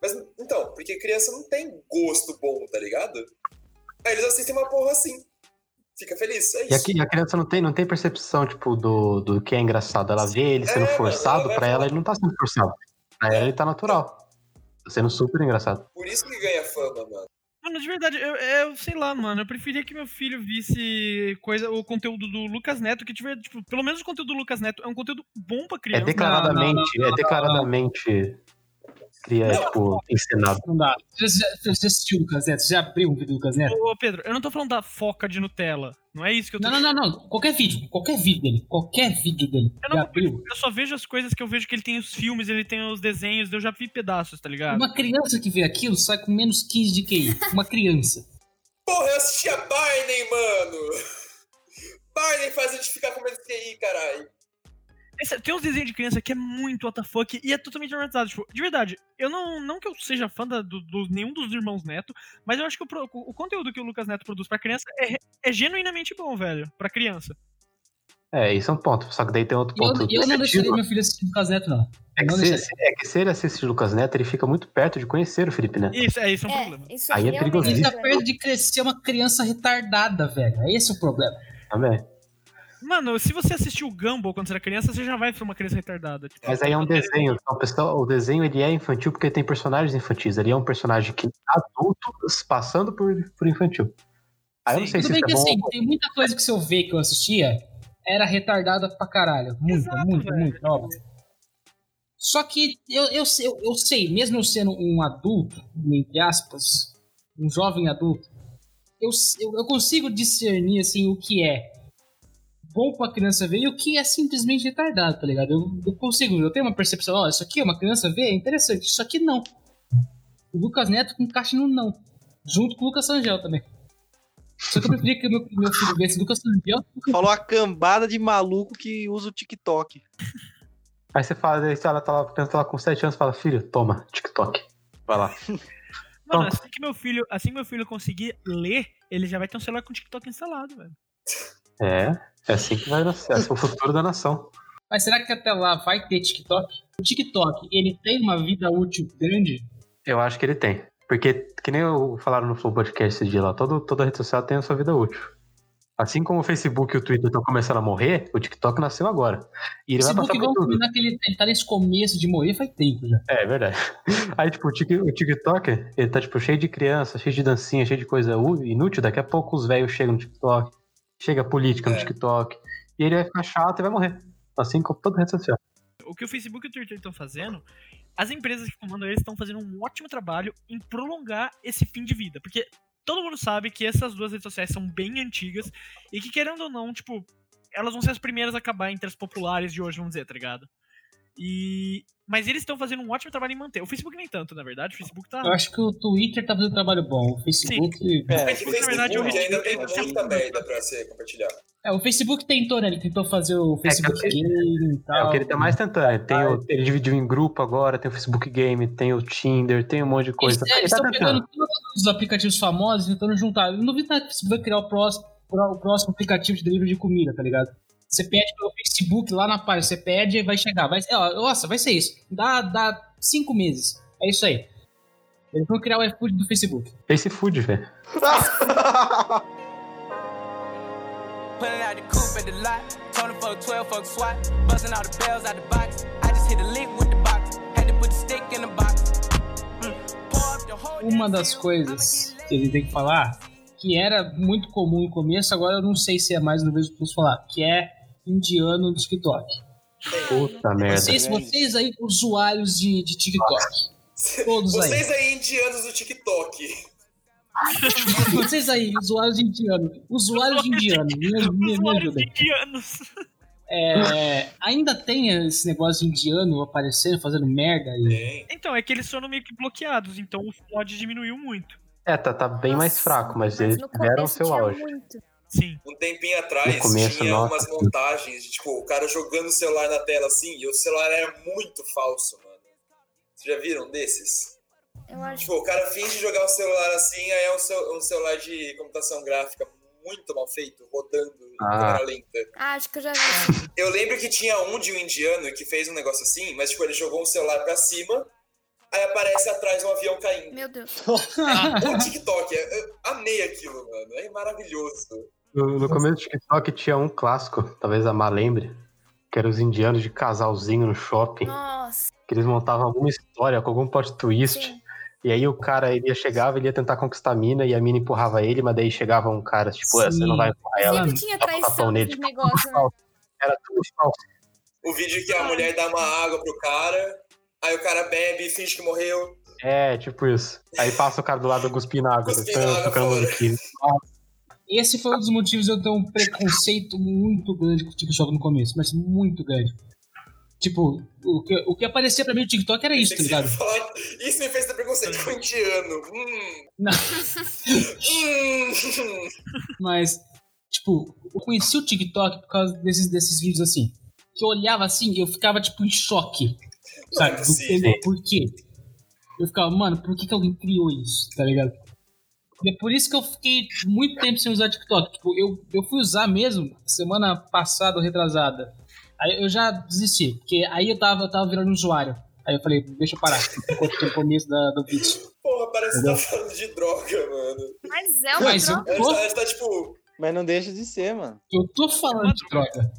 S5: Mas então, porque criança não tem gosto bom, tá ligado? Aí eles assistem uma porra assim. Fica feliz, é
S4: E
S5: isso.
S4: a, e a criança não tem, não tem percepção, tipo, do, do que é engraçado. Ela vê ele sendo
S5: É, mas
S4: forçado,
S5: ela vai
S4: pra ela
S5: falar.
S4: ele não tá sendo forçado. Pra ela ele tá natural. Tá sendo super engraçado.
S5: Por isso que ganha fama, mano.
S2: Mano, de verdade, eu, eu sei lá, mano. Eu preferia que meu filho visse coisa, o conteúdo do Lucas Neto, que tiver, tipo, pelo menos o conteúdo do Lucas Neto é um conteúdo bom pra
S4: É
S2: criança.
S4: declaradamente, é declaradamente cria, é, tipo, encenado.
S6: Não dá. Você, já- você assistiu o Lucas Neto? Você já abriu um vídeo do Lucas Neto?
S2: Ô, ô, Pedro, eu não tô falando da foca de Nutella. Não é isso que eu tô
S6: Não, não, não, não. Qualquer vídeo. Qualquer vídeo dele. Qualquer vídeo dele.
S2: Eu não
S6: Já abriu.
S2: Eu só vejo as coisas que eu vejo que ele tem os filmes, ele tem os desenhos, eu já vi pedaços, tá ligado?
S6: Uma criança que vê aquilo sai com menos 15 de QI. Uma criança.
S5: Porra, eu assisti a Barney, mano! Barney faz a gente ficar com medo de TI, caralho.
S2: Esse- tem uns desenhos de criança que é muito WTF e é totalmente normatizado. Tipo, de verdade, eu não. Não que eu seja fã da- do, do- nenhum dos irmãos Neto, mas eu acho que o, pro- o conteúdo que o Lucas Neto produz pra criança é, é genuinamente bom, velho. Pra criança.
S4: É, isso é um ponto. Só que daí tem outro
S6: E Eu,
S4: ponto.
S6: eu não
S4: positivo,
S6: deixaria meu filho assistir o Lucas Neto, não.
S4: é, que
S6: não
S4: se,
S6: deixaria.
S4: é que se ele assiste Lucas Neto, ele fica muito perto de conhecer o Felipe né? Neto.
S2: Isso, é isso é um problema.
S8: É, isso
S4: Aí é
S8: realmente
S6: Ele
S4: perigosíssimo.
S6: tá
S8: é.
S6: perto de crescer uma criança retardada, velho. É esse o problema.
S4: Também.
S2: Mano, se você assistiu o Gumball quando você era criança, você já vai ser uma criança retardada. Tipo,
S4: Mas aí é um desenho. Então, pessoal, o desenho ele é infantil porque tem personagens infantis. Ele é um personagem que adulto passando por, por infantil. Aí eu não
S2: Sim.
S4: sei se
S6: Tudo bem
S4: isso
S6: que
S4: é bom.
S6: assim, tem muita coisa que se eu ver que eu assistia era retardada pra caralho. Muita,
S2: Exato,
S6: muita,
S2: velho.
S6: muita, óbvio. Só que eu, eu, sei- eu, eu sei, mesmo eu sendo um adulto, entre aspas, um jovem adulto, eu, s- eu, eu consigo discernir assim o que é bom pra criança ver e o que é simplesmente retardado, tá ligado? Eu, eu consigo, eu tenho uma percepção, ó, isso aqui é uma criança ver, é interessante, isso aqui não. O Lucas Neto encaixa no não. Junto com o Lucas Angel também. Só que eu preferia que meu, meu filho vesse Lucas Angel.
S3: Falou a cambada de maluco que usa o TikTok.
S4: Aí você fala, daí ela tá lá, criança tá lá com 7 anos fala, filho, toma, TikTok. Vai lá.
S2: mano, assim que meu filho, assim que meu filho conseguir ler, ele já vai ter um celular com TikTok instalado, velho.
S4: É, é assim que vai nascer. Esse é o futuro da nação.
S6: Mas será que até lá vai ter TikTok? O TikTok, ele tem uma vida útil grande?
S4: Eu acho que ele tem. Porque, que nem eu falaram no Flow Podcast esse dia lá, todo, toda rede social tem a sua vida útil. Assim como o Facebook e o Twitter estão começando a morrer, o TikTok nasceu agora. E ele vai passar
S6: Facebook,
S4: por
S6: vamos
S4: tudo.
S6: combinar que ele, ele tá nesse começo de morrer faz tempo já.
S4: É, é verdade. Aí, tipo, o Tik- o TikTok, ele tá, tipo, cheio de criança, cheio de dancinha, cheio de coisa u- inútil. Daqui a pouco os velhos chegam no TikTok, chega a política no
S5: É.
S4: TikTok. E ele vai ficar chato e vai morrer. Assim como toda rede social.
S2: O que o Facebook e o Twitter estão fazendo, as empresas que comandam eles estão fazendo um ótimo trabalho em prolongar esse fim de vida. Porque todo mundo sabe que essas duas redes sociais são bem antigas e que, querendo ou não, tipo, elas vão ser as primeiras a acabar entre as populares de hoje, vamos dizer, tá ligado? E. Mas eles estão fazendo um ótimo trabalho em manter. O Facebook nem tanto, na verdade. O Facebook tá.
S6: Eu acho que o Twitter tá fazendo um trabalho bom. O Facebook.
S5: É,
S2: que na verdade, eu
S5: ainda tem
S2: retiro-
S5: muita merda pra ser compartilhada.
S6: É, o Facebook tentou, né? Ele tentou fazer o Facebook
S4: É que-
S6: Game e tal.
S4: É o que ele tá mais tentando. Ele, tem o- ele dividiu em grupo agora, tem o Facebook Game, tem o Tinder, tem um monte de
S6: Eles
S4: coisa.
S6: é,
S4: Ele
S6: eles
S4: tá
S6: estão
S4: tentando.
S6: pegando todos os aplicativos famosos e tentando juntar. Eu não vi nada que você vai criar o próximo. pro- o próximo aplicativo de delivery de comida, tá ligado? Você pede pelo Facebook lá na página, você pede e vai chegar. Vai, é, ó, nossa, vai ser isso. Dá, dá cinco meses. É isso aí. Eles vão criar o iFood do Facebook.
S4: Esse food, velho.
S9: Pulling out the coupe at the lot. Tony folk, 12 folk swat. Busting all the bells out the box. I just hit a lick with the box. Had to put the stick in the box. Mm. Pour up the whole
S6: Uma
S9: damn
S6: das
S9: seal.
S6: coisas que a gente tem que falar, que era muito comum no começo, agora eu não sei se é mais uma vez que eu posso falar, que é indiano no TikTok.
S4: Puta merda.
S6: Vocês, vocês aí, usuários de, de TikTok. Todos aí.
S5: Vocês aí, indianos do TikTok.
S6: Vocês aí, usuários de indiano. Usuários de indiano. Me, me, me
S2: Usuários
S6: ajudem.
S2: indianos.
S6: É, ainda tem esse negócio de indiano aparecendo, fazendo merda aí.
S5: Tem.
S2: Então, é que eles foram meio que bloqueados, então o FOD diminuiu muito.
S4: É, tá, tá bem mais fraco, mas eles
S8: no
S4: tiveram
S8: começo
S4: seu
S8: tinha
S4: auge.
S8: muito.
S2: Sim.
S5: Um tempinho atrás
S4: No começo,
S5: tinha
S4: nossa.
S5: umas montagens de tipo, o cara jogando o celular na tela assim, e o celular era muito falso, mano. Vocês já viram desses?
S8: Eu acho.
S5: Tipo, o cara finge jogar o celular assim, aí é um, cel- um celular de computação gráfica muito mal feito, rodando em
S4: Ah.
S5: câmera lenta.
S8: Ah, acho que eu já vi.
S5: Eu lembro que tinha um de um indiano que fez um negócio assim, mas tipo, ele jogou um celular pra cima, aí aparece atrás um avião caindo.
S8: Meu Deus.
S5: O TikTok, eu- eu amei aquilo, mano. É maravilhoso.
S4: No, no começo do TikTok tinha um clássico, talvez a Má lembre, que era os indianos de casalzinho no shopping,
S8: Nossa.
S4: que eles montavam alguma história com algum plot twist.
S8: Sim.
S4: E aí o cara, ele ia chegava, ele ia tentar conquistar a mina, e a mina empurrava ele, mas daí chegava um cara, tipo, "Ah, você não
S6: Sim.
S4: vai empurrar ela.
S8: Sempre tinha
S4: Dá um tapão
S8: traição
S4: nele,
S8: nesses
S4: tipo,
S8: negócios, né?
S4: falso. Era tudo falso.
S5: O vídeo que
S6: Ah.
S5: a mulher dá uma água pro cara, aí o cara bebe e finge que morreu.
S4: É, tipo isso. Aí passa o cara do lado cuspindo água, assim,
S5: Cuspindo água
S4: tocando
S5: fora.
S4: musiquinha.
S6: Esse foi um dos motivos de eu ter um preconceito muito grande com o TikTok no começo, mas muito grande. Tipo, o que, o que aparecia pra mim no TikTok era isso, tá ligado?
S5: Falar- Isso me fez ter preconceito com o indiano. Hum.
S6: Não.
S5: Hum.
S6: Mas, tipo, eu conheci o TikTok por causa desses, desses vídeos assim. Que eu olhava assim e eu ficava, tipo, em choque. Sabe? Do-
S5: possível.
S6: por quê? Eu ficava, mano, por que, que alguém criou isso? Tá ligado? E é por isso que eu fiquei muito tempo sem usar TikTok. Tipo, eu, eu fui usar mesmo semana passada, ou retrasada. Aí eu já desisti, porque aí eu tava, eu tava virando um usuário. Aí eu falei, deixa eu parar, enquanto que no começo da, do vídeo.
S5: Porra, parece que tá falando de droga, mano.
S8: Mas é uma
S6: Mas eu
S8: droga.
S5: A gente,
S6: tô,
S5: tá, a gente tá, tipo.
S3: Mas não deixa de ser, mano.
S6: eu tô falando de droga.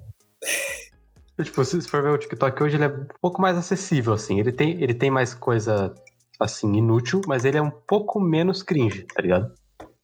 S4: Tipo, se se for ver o TikTok hoje, ele é um pouco mais acessível, assim. Ele tem, ele tem mais coisa, assim, inútil, mas ele é um pouco menos cringe, tá ligado?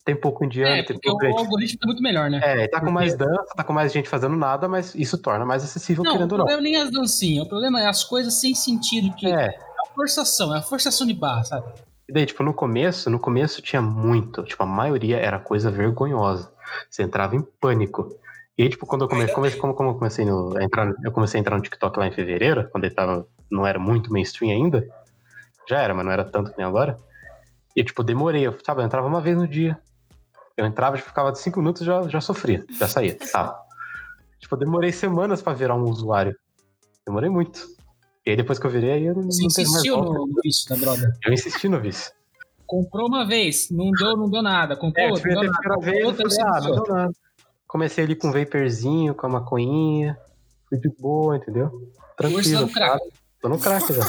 S4: Tem pouco indiano,
S6: É,
S4: tem
S6: porque o
S4: pouco crente.
S6: algoritmo é muito melhor, né?
S4: É, tá com mais dança, tá com mais gente fazendo nada, mas isso torna mais acessível,
S6: Não, o
S4: querendo ou não.
S6: problema nem é as dancinhas, o problema é as coisas sem sentido, que é,
S4: É,
S6: a forçação, é a forçação de barra, sabe?
S4: e daí, tipo, no começo, no começo tinha muito, tipo, a maioria era coisa vergonhosa. Você entrava em pânico. E aí, tipo, quando eu comecei,
S5: Ainda
S4: comecei-
S5: bem.
S4: como, como eu comecei no- a entrar, eu comecei a entrar no TikTok lá em fevereiro, quando ele tava, não era muito mainstream ainda. Já era, mas não era tanto que nem agora. E, tipo, demorei, eu, sabe, eu entrava uma vez no dia. Eu entrava, tipo, ficava cinco minutos, já, já sofria, já saía, tava. tipo, eu demorei semanas pra virar um usuário. Demorei muito. E aí, depois que eu virei, aí eu não,
S6: Você
S4: não tenho mais
S6: insistiu
S4: volta.
S6: no, no vício da droga.
S4: Eu insisti no vice.
S6: Comprou uma vez, não deu, não deu nada. Comprou
S4: É, eu
S6: outra,
S4: tive
S6: não
S4: até
S6: deu
S4: a
S6: nada.
S4: primeira vez,
S6: Comprou
S4: eu
S6: outra,
S4: falei, ah, não deu nada. Comecei ali com um vaporzinho, com a maconhinha, fui de boa, entendeu?
S6: Força
S4: Tranquilo,
S6: no crack.
S4: sabe? tô no crack já.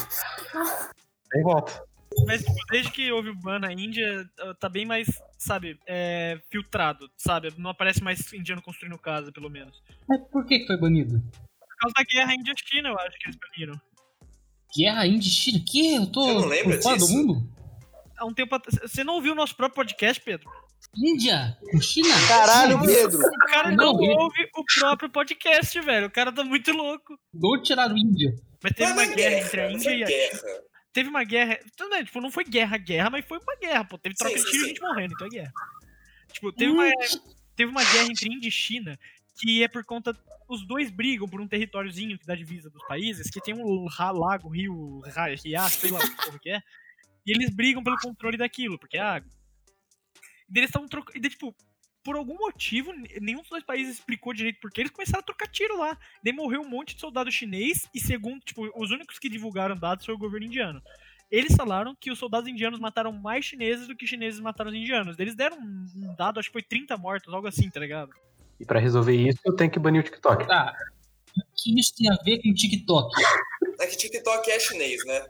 S4: Aí volta.
S2: Mas tipo, desde que houve o ban na Índia, eh, tá bem mais, sabe, é, filtrado, sabe? Não aparece mais indiano construindo casa, pelo menos.
S6: Mas por que que foi banido?
S2: Por causa da guerra Índia-China, eu acho que eles baniram.
S6: Guerra Índia e China? Que? Eu tô
S5: Eu não lembro
S6: por fora
S5: disso.
S6: do mundo?
S2: Há um tempo atrás. Você não ouviu o nosso próprio podcast, Pedro?
S6: Índia? Com China?
S3: Caralho,
S6: Sim.
S3: Pedro!
S2: O cara não,
S6: Não, ele-
S2: ouve o próprio podcast, velho. O cara tá muito louco.
S6: Vou tirar o Índia.
S2: Mas teve
S5: Mas não
S2: uma
S5: é
S2: guerra entre a
S5: não
S2: Índia
S5: é
S2: e a
S5: guerra.
S2: Teve uma guerra. Tudo bem, tipo, não foi guerra, guerra, mas foi uma guerra, pô. Teve troca
S5: Sim,
S2: de
S5: sim,
S2: tiro e
S5: sim.
S2: gente morrendo, então é guerra. Tipo, teve uma, teve uma guerra entre Índia e China que é por conta. Os dois brigam por um territóriozinho que dá divisa dos países, que tem um ra- lago, rio, ra- riacho, sei lá o que porra que é. E eles brigam pelo controle daquilo, porque é água. E daí eles estavam trocando. E daí, tipo, por algum motivo, n- nenhum dos dois países explicou direito porque eles começaram a trocar tiro lá. Daí morreu um monte de soldado chinês e segundo, tipo, os únicos que divulgaram dados foi o governo indiano. Eles falaram que os soldados indianos mataram mais chineses do que chineses mataram os indianos. Eles deram um um dado, acho que foi 30 mortos, algo assim, tá ligado?
S4: E pra resolver isso, eu tenho que banir o TikTok.
S6: Tá. O que isso tem a ver com o TikTok?
S5: É que TikTok é chinês, né?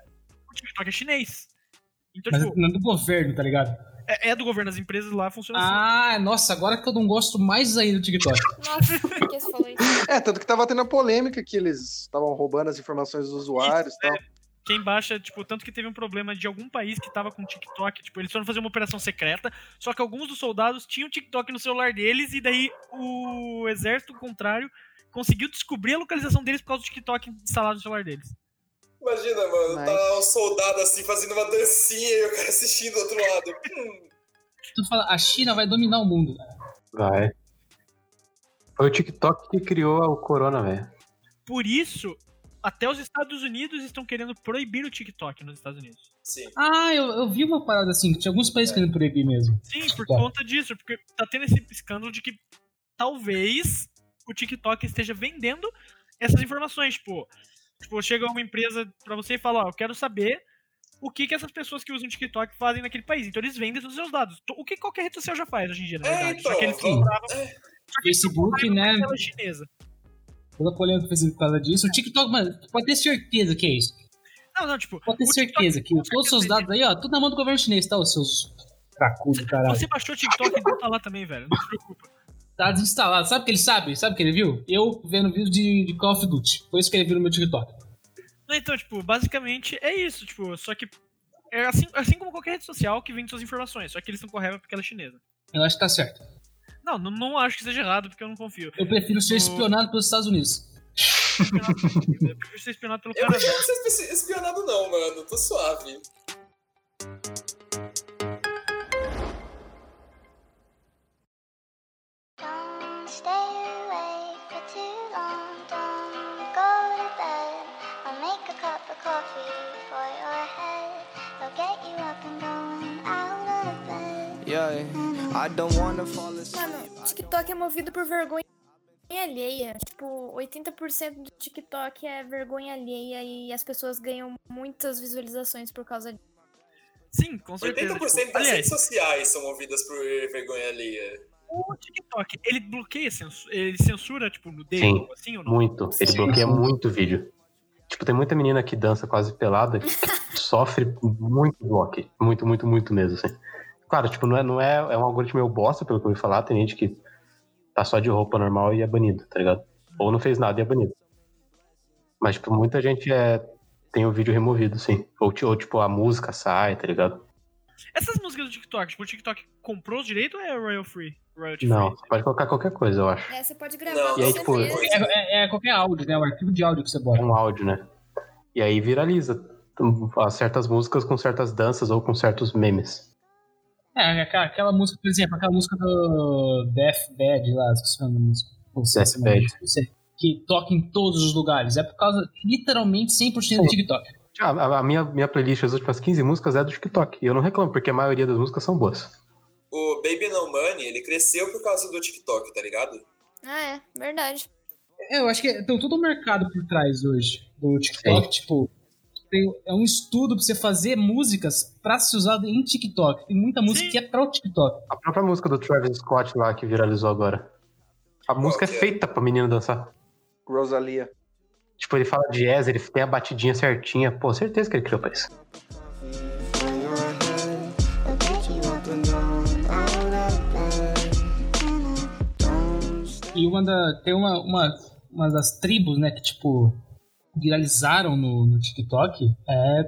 S2: O TikTok é chinês. Então,
S6: Mas
S2: tipo,
S6: não é do governo, tá ligado?
S2: é, é do governo, as empresas lá funcionam assim.
S6: Ah, nossa, agora que eu não gosto mais ainda do TikTok.
S8: Nossa, por que você falou isso?
S3: É, tanto que tava tendo a polêmica que eles estavam roubando as informações dos usuários e tal.
S2: Quem baixa, tipo, tanto que teve um problema de algum país que tava com TikTok, tipo, eles foram fazer uma operação secreta, só que alguns dos soldados tinham TikTok no celular deles, e daí o exército contrário conseguiu descobrir a localização deles por causa do TikTok instalado no celular deles.
S5: Imagina, mano, tá
S3: Mas-
S5: lá um soldado assim fazendo uma dancinha e o cara assistindo do outro lado. Hum,
S6: Tu fala, a China vai dominar o mundo.
S4: Vai. Foi o TikTok que criou o Corona, velho.
S2: Por isso, até os Estados Unidos estão querendo proibir o TikTok nos Estados Unidos.
S5: sim.
S6: Ah, eu, eu vi uma parada assim, que tinha alguns países querendo proibir mesmo.
S2: Sim, por
S6: Tá.
S2: conta disso, porque tá tendo esse escândalo de que talvez o TikTok esteja vendendo essas informações. Tipo, tipo chega uma empresa pra você e fala, ó, eu quero saber o que, que essas pessoas que usam TikTok fazem naquele país. Então eles vendem todos os seus dados. To- O que qualquer rede social já faz hoje em dia, na
S5: É,
S2: verdade. Só
S5: então,
S2: que eles
S5: vamos-
S2: compravam
S6: Facebook, né?
S2: aquela chinesa.
S6: Toda a polêmica que fez por causa disso. O TikTok, mano, tu pode ter certeza que é isso.
S2: Não, não, tipo...
S6: Pode ter
S2: o TikTok-
S6: certeza que
S2: com
S6: todos os seus
S2: certeza.
S6: dados aí, ó, tudo na mão do governo chinês, tá? Os seus cracudos, do caralho.
S2: Você baixou o TikTok e tá lá também, velho. Não se preocupa.
S6: Tá desinstalado. Sabe o que ele sabe? Sabe o que ele viu? Eu vendo vídeo de, de Call of Duty. Foi isso que ele viu no meu TikTok.
S2: Não, Então, tipo, basicamente é isso. Tipo, só que... É assim, assim como qualquer rede social que vende suas informações. Só que eles estão com raiva porque ela é chinesa.
S6: Eu acho que tá certo.
S2: Não, não, não acho que seja errado, porque eu não confio.
S6: Eu prefiro ser espionado pelos Estados Unidos.
S2: Eu prefiro ser espionado pelo
S5: Eu
S2: Canadá.
S5: não quero ser espe- espionado não, mano. Tô suave.
S1: Don't stay awake for too long. Don't go to bed. I'll make a cup of coffee for your head. I'll get you up and going out of bed.
S9: Yeah, I don't wanna fall asleep.
S8: Mano, TikTok é movido por vergonha alheia. Tipo, 80% do TikTok é vergonha alheia e as pessoas ganham muitas visualizações por causa disso.
S2: Sim, com certeza.
S5: 80%
S2: tipo,
S5: das redes
S2: aliás,
S5: sociais são movidas por vergonha alheia.
S2: o TikTok, ele bloqueia, censu- ele censura, tipo, nudez
S4: Sim,
S2: ou algo assim ou não?
S4: Muito. Ele
S8: Sim.
S4: bloqueia muito vídeo. Tipo, tem muita menina que dança quase pelada que sofre muito bloque. Muito, muito, muito mesmo, assim. Claro, tipo, não é, não é, é um algoritmo meio bosta, pelo que eu ouvi falar. Tem gente que tá só de roupa normal e é banido, tá ligado? Ou não fez nada e é banido. Mas, tipo, muita gente é, tem o vídeo removido, sim. Ou, ti- ou, tipo, a música sai, tá ligado?
S2: Essas músicas do TikTok, tipo, o TikTok comprou os direitos ou é Royal Free? Royalty
S4: Não,
S2: Free?
S4: pode colocar qualquer coisa, eu acho.
S8: É, você pode gravar
S5: Não.
S4: E aí,
S8: você
S4: tipo,
S8: mesmo.
S6: É, é- é qualquer áudio, né? O arquivo de áudio que você
S4: É
S6: bota.
S4: um áudio, né? E aí viraliza Então, faz certas músicas com certas danças ou com certos memes.
S6: É, aquela, aquela música, por exemplo, aquela música do Death Bad lá, esqueci o nome da música. Ou sei,
S4: Death
S6: sei lá,
S4: Bad.
S6: não sei. Que toca em todos os lugares. É por causa, literalmente, 100% do TikTok.
S4: Ah, A, a minha, minha playlist, as últimas 15 músicas é do TikTok. E eu não reclamo, porque a maioria das músicas são boas.
S5: O Baby No Money, ele cresceu por causa do TikTok, tá ligado?
S8: Ah, é, verdade.
S6: É, eu acho que tem todo o mercado por trás hoje do TikTok, tipo, tem- é um estudo pra você fazer músicas pra ser usado em TikTok. Tem muita música
S2: Sim.
S6: que é pra o TikTok.
S4: A própria música do Travis Scott lá que viralizou agora. A música é
S5: que é?
S4: feita pra menina dançar.
S3: Rosalia.
S4: Tipo, ele fala jazz, ele tem a batidinha certinha. Pô, certeza que ele criou pra isso.
S1: I'll get you up and going out of bed.
S6: E uma da, tem uma, uma, uma das tribos, né, que, tipo, viralizaram no, no TikTok, é,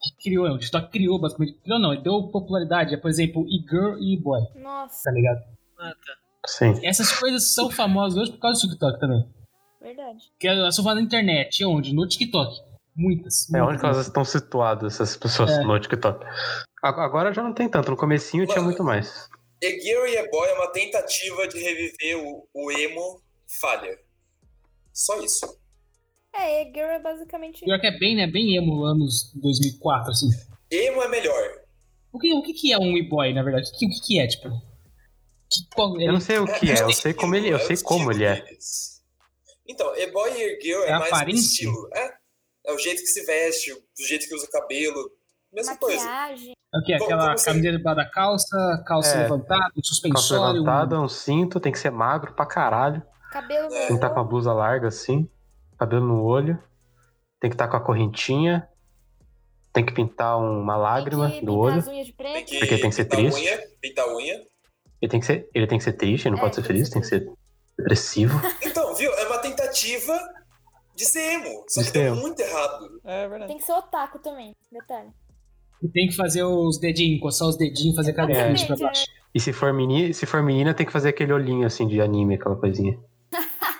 S6: que criou, o TikTok criou basicamente, criou não, deu popularidade, é, por exemplo, e-girl e e-boy,
S8: Nossa,
S6: tá ligado?
S2: Ah, tá.
S4: Sim.
S6: Essas coisas são famosas hoje por causa do TikTok também.
S8: verdade.
S6: Que elas são famosas na internet, e onde? No TikTok. Muitas.
S4: É onde
S6: muitas.
S4: que elas estão situadas, essas pessoas
S6: É.
S4: no TikTok. A- Agora já não tem tanto. No comecinho tinha
S5: Mano.
S4: muito mais.
S5: E Girl e a Boy é uma tentativa de reviver o, o emo falha. Só isso.
S8: É, e girl é basicamente.
S6: Pior que é bem, né? Bem emo, anos 2004, assim.
S5: Emo é melhor.
S6: O que, o que, que é um e-boy, na verdade? O que, o que, que é, tipo? Que- qual-
S4: Eu não sei o que é, eu sei
S5: estilo,
S4: como ele, eu
S5: o
S4: sei
S5: estilo
S4: como ele é.
S5: deles. Então, e boy e girl é,
S6: É a
S5: mais um
S6: aparência?
S5: estilo. É, é o jeito que se veste, do jeito que usa o cabelo. Mesma coisa.
S8: Maquiagem.
S6: É O que?
S5: Como-
S6: Aquela
S5: como você-
S6: camiseta debaixo da calça, calça
S4: É.
S6: levantada, um
S4: Calça
S6: suspensório. um-
S4: levantada, um cinto, tem que ser magro pra caralho.
S5: É.
S8: Cabelo no
S4: Tem que estar com a blusa larga assim, cabelo no olho, tem que estar com a correntinha, tem que pintar um, uma lágrima
S8: tem que
S4: do
S8: pintar
S4: olho.
S8: as unhas de
S5: Tem
S8: preto.
S5: que
S4: Porque tem que ser
S5: pintar
S4: triste.
S5: Unha, pintar unha.
S4: Ele tem que ser, ele tem que ser triste, ele não
S8: É,
S4: pode ser feliz, tem que ser depressivo.
S5: Então, viu? É uma tentativa de ser emo. Só
S4: De
S5: que deu
S4: ser emo.
S5: muito errado.
S10: É verdade.
S8: Tem que ser otaku também, detalhe.
S6: E tem que fazer os dedinhos, coçar os dedinhos, fazer cada
S4: É.
S6: pra baixo.
S4: E se for menina, se for menina tem que fazer aquele olhinho assim de anime, aquela coisinha.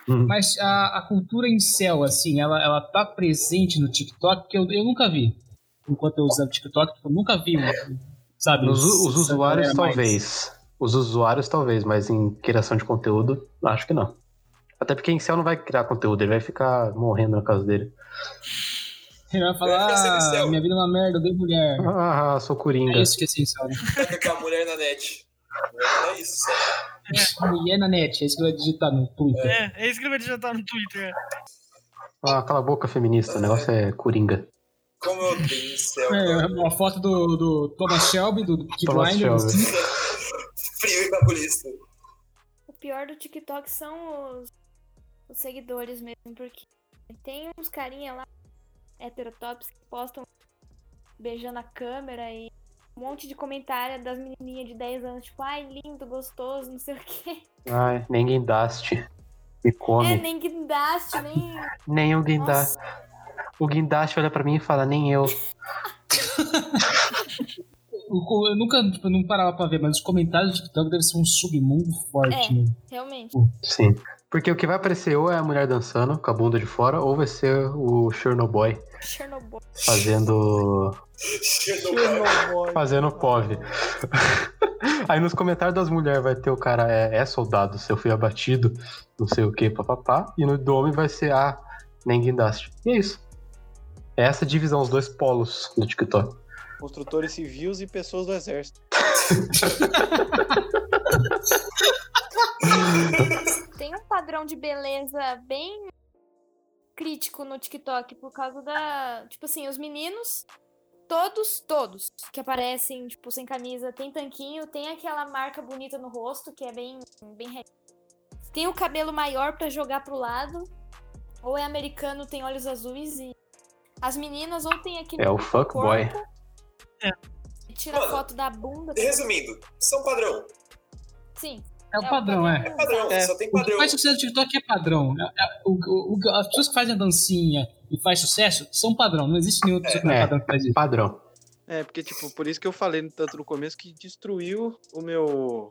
S4: Hum.
S6: Mas a, a cultura em céu, assim, ela, ela tá presente no TikTok, que eu, eu nunca vi. Enquanto eu usava o TikTok, tipo, eu nunca vi, sabe?
S4: Os, os
S6: essa
S4: usuários
S6: galera é mais-
S4: talvez, os usuários talvez, mas em criação de conteúdo acho que não. Até porque em Excel não vai criar conteúdo, ele vai ficar morrendo na casa dele.
S5: Eu ia ser
S6: Ele vai
S5: do
S6: falar, ah,
S5: céu."
S6: minha vida é uma merda, eu dei mulher.
S4: Ah, sou coringa.
S6: É isso que é essencial, né?
S5: Tá com aquela mulher na net. Não é isso. só.
S6: Mulher na net, é isso que vai digitar no Twitter.
S2: É, é isso que ele vai digitar no Twitter. é.
S4: Ah, cala a boca feminista, o negócio é coringa.
S5: Como eu odeio o céu.
S6: É,
S5: cara.
S6: uma foto do, do Thomas Shelby, do Kid
S4: Thomas
S6: Blinders.
S4: Shelby.
S5: Frio e babulista.
S8: O pior do TikTok são os, os seguidores mesmo, porque tem uns carinha lá, heterotops, que postam beijando a câmera e um monte de comentário das menininhas de 10 anos, tipo, ai, lindo, gostoso, não sei o quê.
S4: Ai, nem guindaste. Me
S8: É,
S4: come.
S8: nem guindaste, nem...
S4: nem o guindaste.
S8: Nossa,
S4: O guindaste olha pra mim e fala, nem eu.
S6: Eu, eu nunca tipo, eu não parava pra ver, mas os comentários do TikTok devem ser um submundo forte,
S8: É.
S6: né?
S8: realmente.
S4: Sim. Porque o que vai aparecer ou é a mulher dançando com a bunda de fora, ou vai ser o Chernobyl
S8: Chernobyl.
S4: fazendo.
S5: Chernobyl.
S4: fazendo POV. Aí nos comentários das mulheres vai ter o cara é, é soldado, seu fui abatido, não sei o que, papapá. E no do homem vai ser ah, nem guindaste. E é isso. É essa divisão, os dois polos do TikTok.
S3: Construtores civis e pessoas do exército.
S8: Tem um padrão de beleza bem crítico no TikTok por causa da. Tipo assim, os meninos, todos, todos que aparecem, tipo, sem camisa, tem tanquinho, tem aquela marca bonita no rosto, que é bem. bem re- Tem o cabelo maior pra jogar pro lado. Ou é americano, tem olhos azuis e. As meninas ou tem aqui
S4: É o fuckboy.
S6: É.
S8: Tira
S5: Mano,
S8: foto da bunda.
S5: Resumindo, são padrão.
S8: Sim.
S6: É o padrão, é.
S5: É padrão,
S3: É.
S5: só tem
S6: O que
S5: padrão.
S6: faz sucesso no TikTok é padrão. É- é- o- o- o- as pessoas que fazem a dancinha e faz sucesso são padrão. Não existe nenhuma pessoa que não é
S4: É.
S6: padrão que faz isso.
S4: Padrão.
S3: É, porque, tipo, por isso que eu falei tanto no começo que destruiu o meu.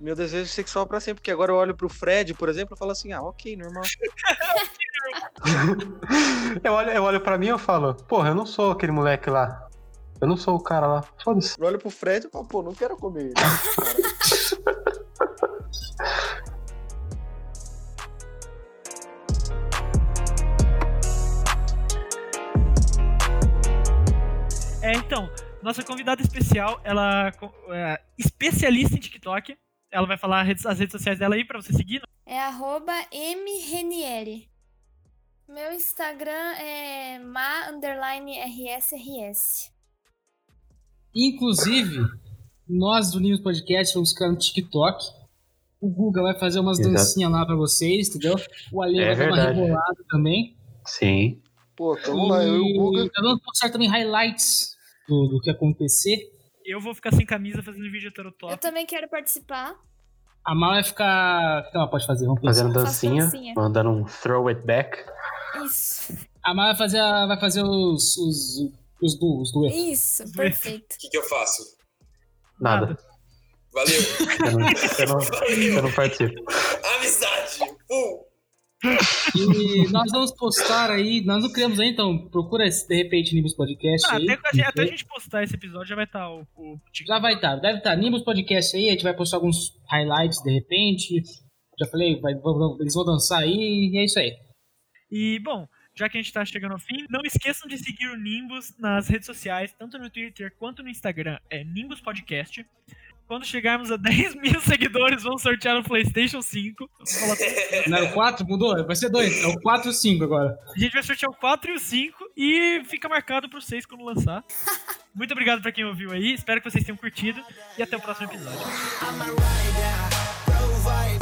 S3: Meu desejo sexual pra sempre, porque agora eu olho pro Fred, por exemplo, e falo assim, ah, ok, normal.
S4: eu, olho, eu olho pra mim e eu falo, porra, eu não sou aquele moleque lá. Eu não sou o cara lá. Foda-se.
S3: Eu olho pro Fred e falo, pô, não quero comer. ele.
S2: É, então, nossa convidada especial, ela co- é especialista em TikTok. Ela vai falar redes- as redes sociais dela aí pra você seguir.
S8: É arroba mrenieri. Meu Instagram é ma underline rsrs.
S6: Inclusive, nós do Linux Podcast vamos criar um TikTok. O Guga vai fazer umas
S4: Exato.
S6: dancinhas lá pra vocês, entendeu? O Ale
S4: É
S6: vai dar uma
S4: verdade.
S6: rebolada também.
S4: Sim.
S3: Pô, tamo lá, eu e o Guga.
S6: Nós vamos postar também highlights do, do que acontecer.
S2: Eu vou ficar sem camisa fazendo vídeo heterotop.
S8: Eu também quero participar.
S6: A Mal vai ficar. O que ela pode fazer? Vamos pensar.
S4: Fazendo
S8: Faço
S4: dancinha,
S8: dancinha.
S4: mandando um throw it back.
S8: Isso.
S6: A Mal vai fazer, a- vai fazer os. os, os duos, os duetos.
S11: Isso, perfeito.
S5: O que, que eu faço?
S4: Nada.
S5: Valeu.
S4: Eu não, eu não- eu não participo.
S5: Amizade. Pum.
S6: E nós vamos postar aí, nós não criamos aí, então procura esse, de repente Nimbus Podcast
S2: Ah,
S6: aí.
S2: até, até-
S6: é.
S2: até a gente postar esse episódio já vai estar o, o TikTok.
S6: Já vai estar, deve estar Nimbus Podcast aí, a gente vai postar alguns highlights de repente. Já falei, vai- vão- vão- eles vão dançar aí e é isso aí.
S2: E, bom, já que a gente tá chegando ao fim, não esqueçam de seguir o Nimbus nas redes sociais, tanto no Twitter quanto no Instagram, é Nimbus Podcast. Quando chegarmos a 10 mil seguidores, vamos sortear o PlayStation 5. Vamos falar tudo.
S6: Não era o 4? Mudou? Vai ser 2, é o 4 e o 5 agora.
S2: A gente vai sortear o 4 e o 5 e fica marcado pro 6 quando lançar. Muito obrigado pra quem ouviu aí. Espero que vocês tenham curtido. E até o próximo episódio.
S9: I'm a rider, pro vibe.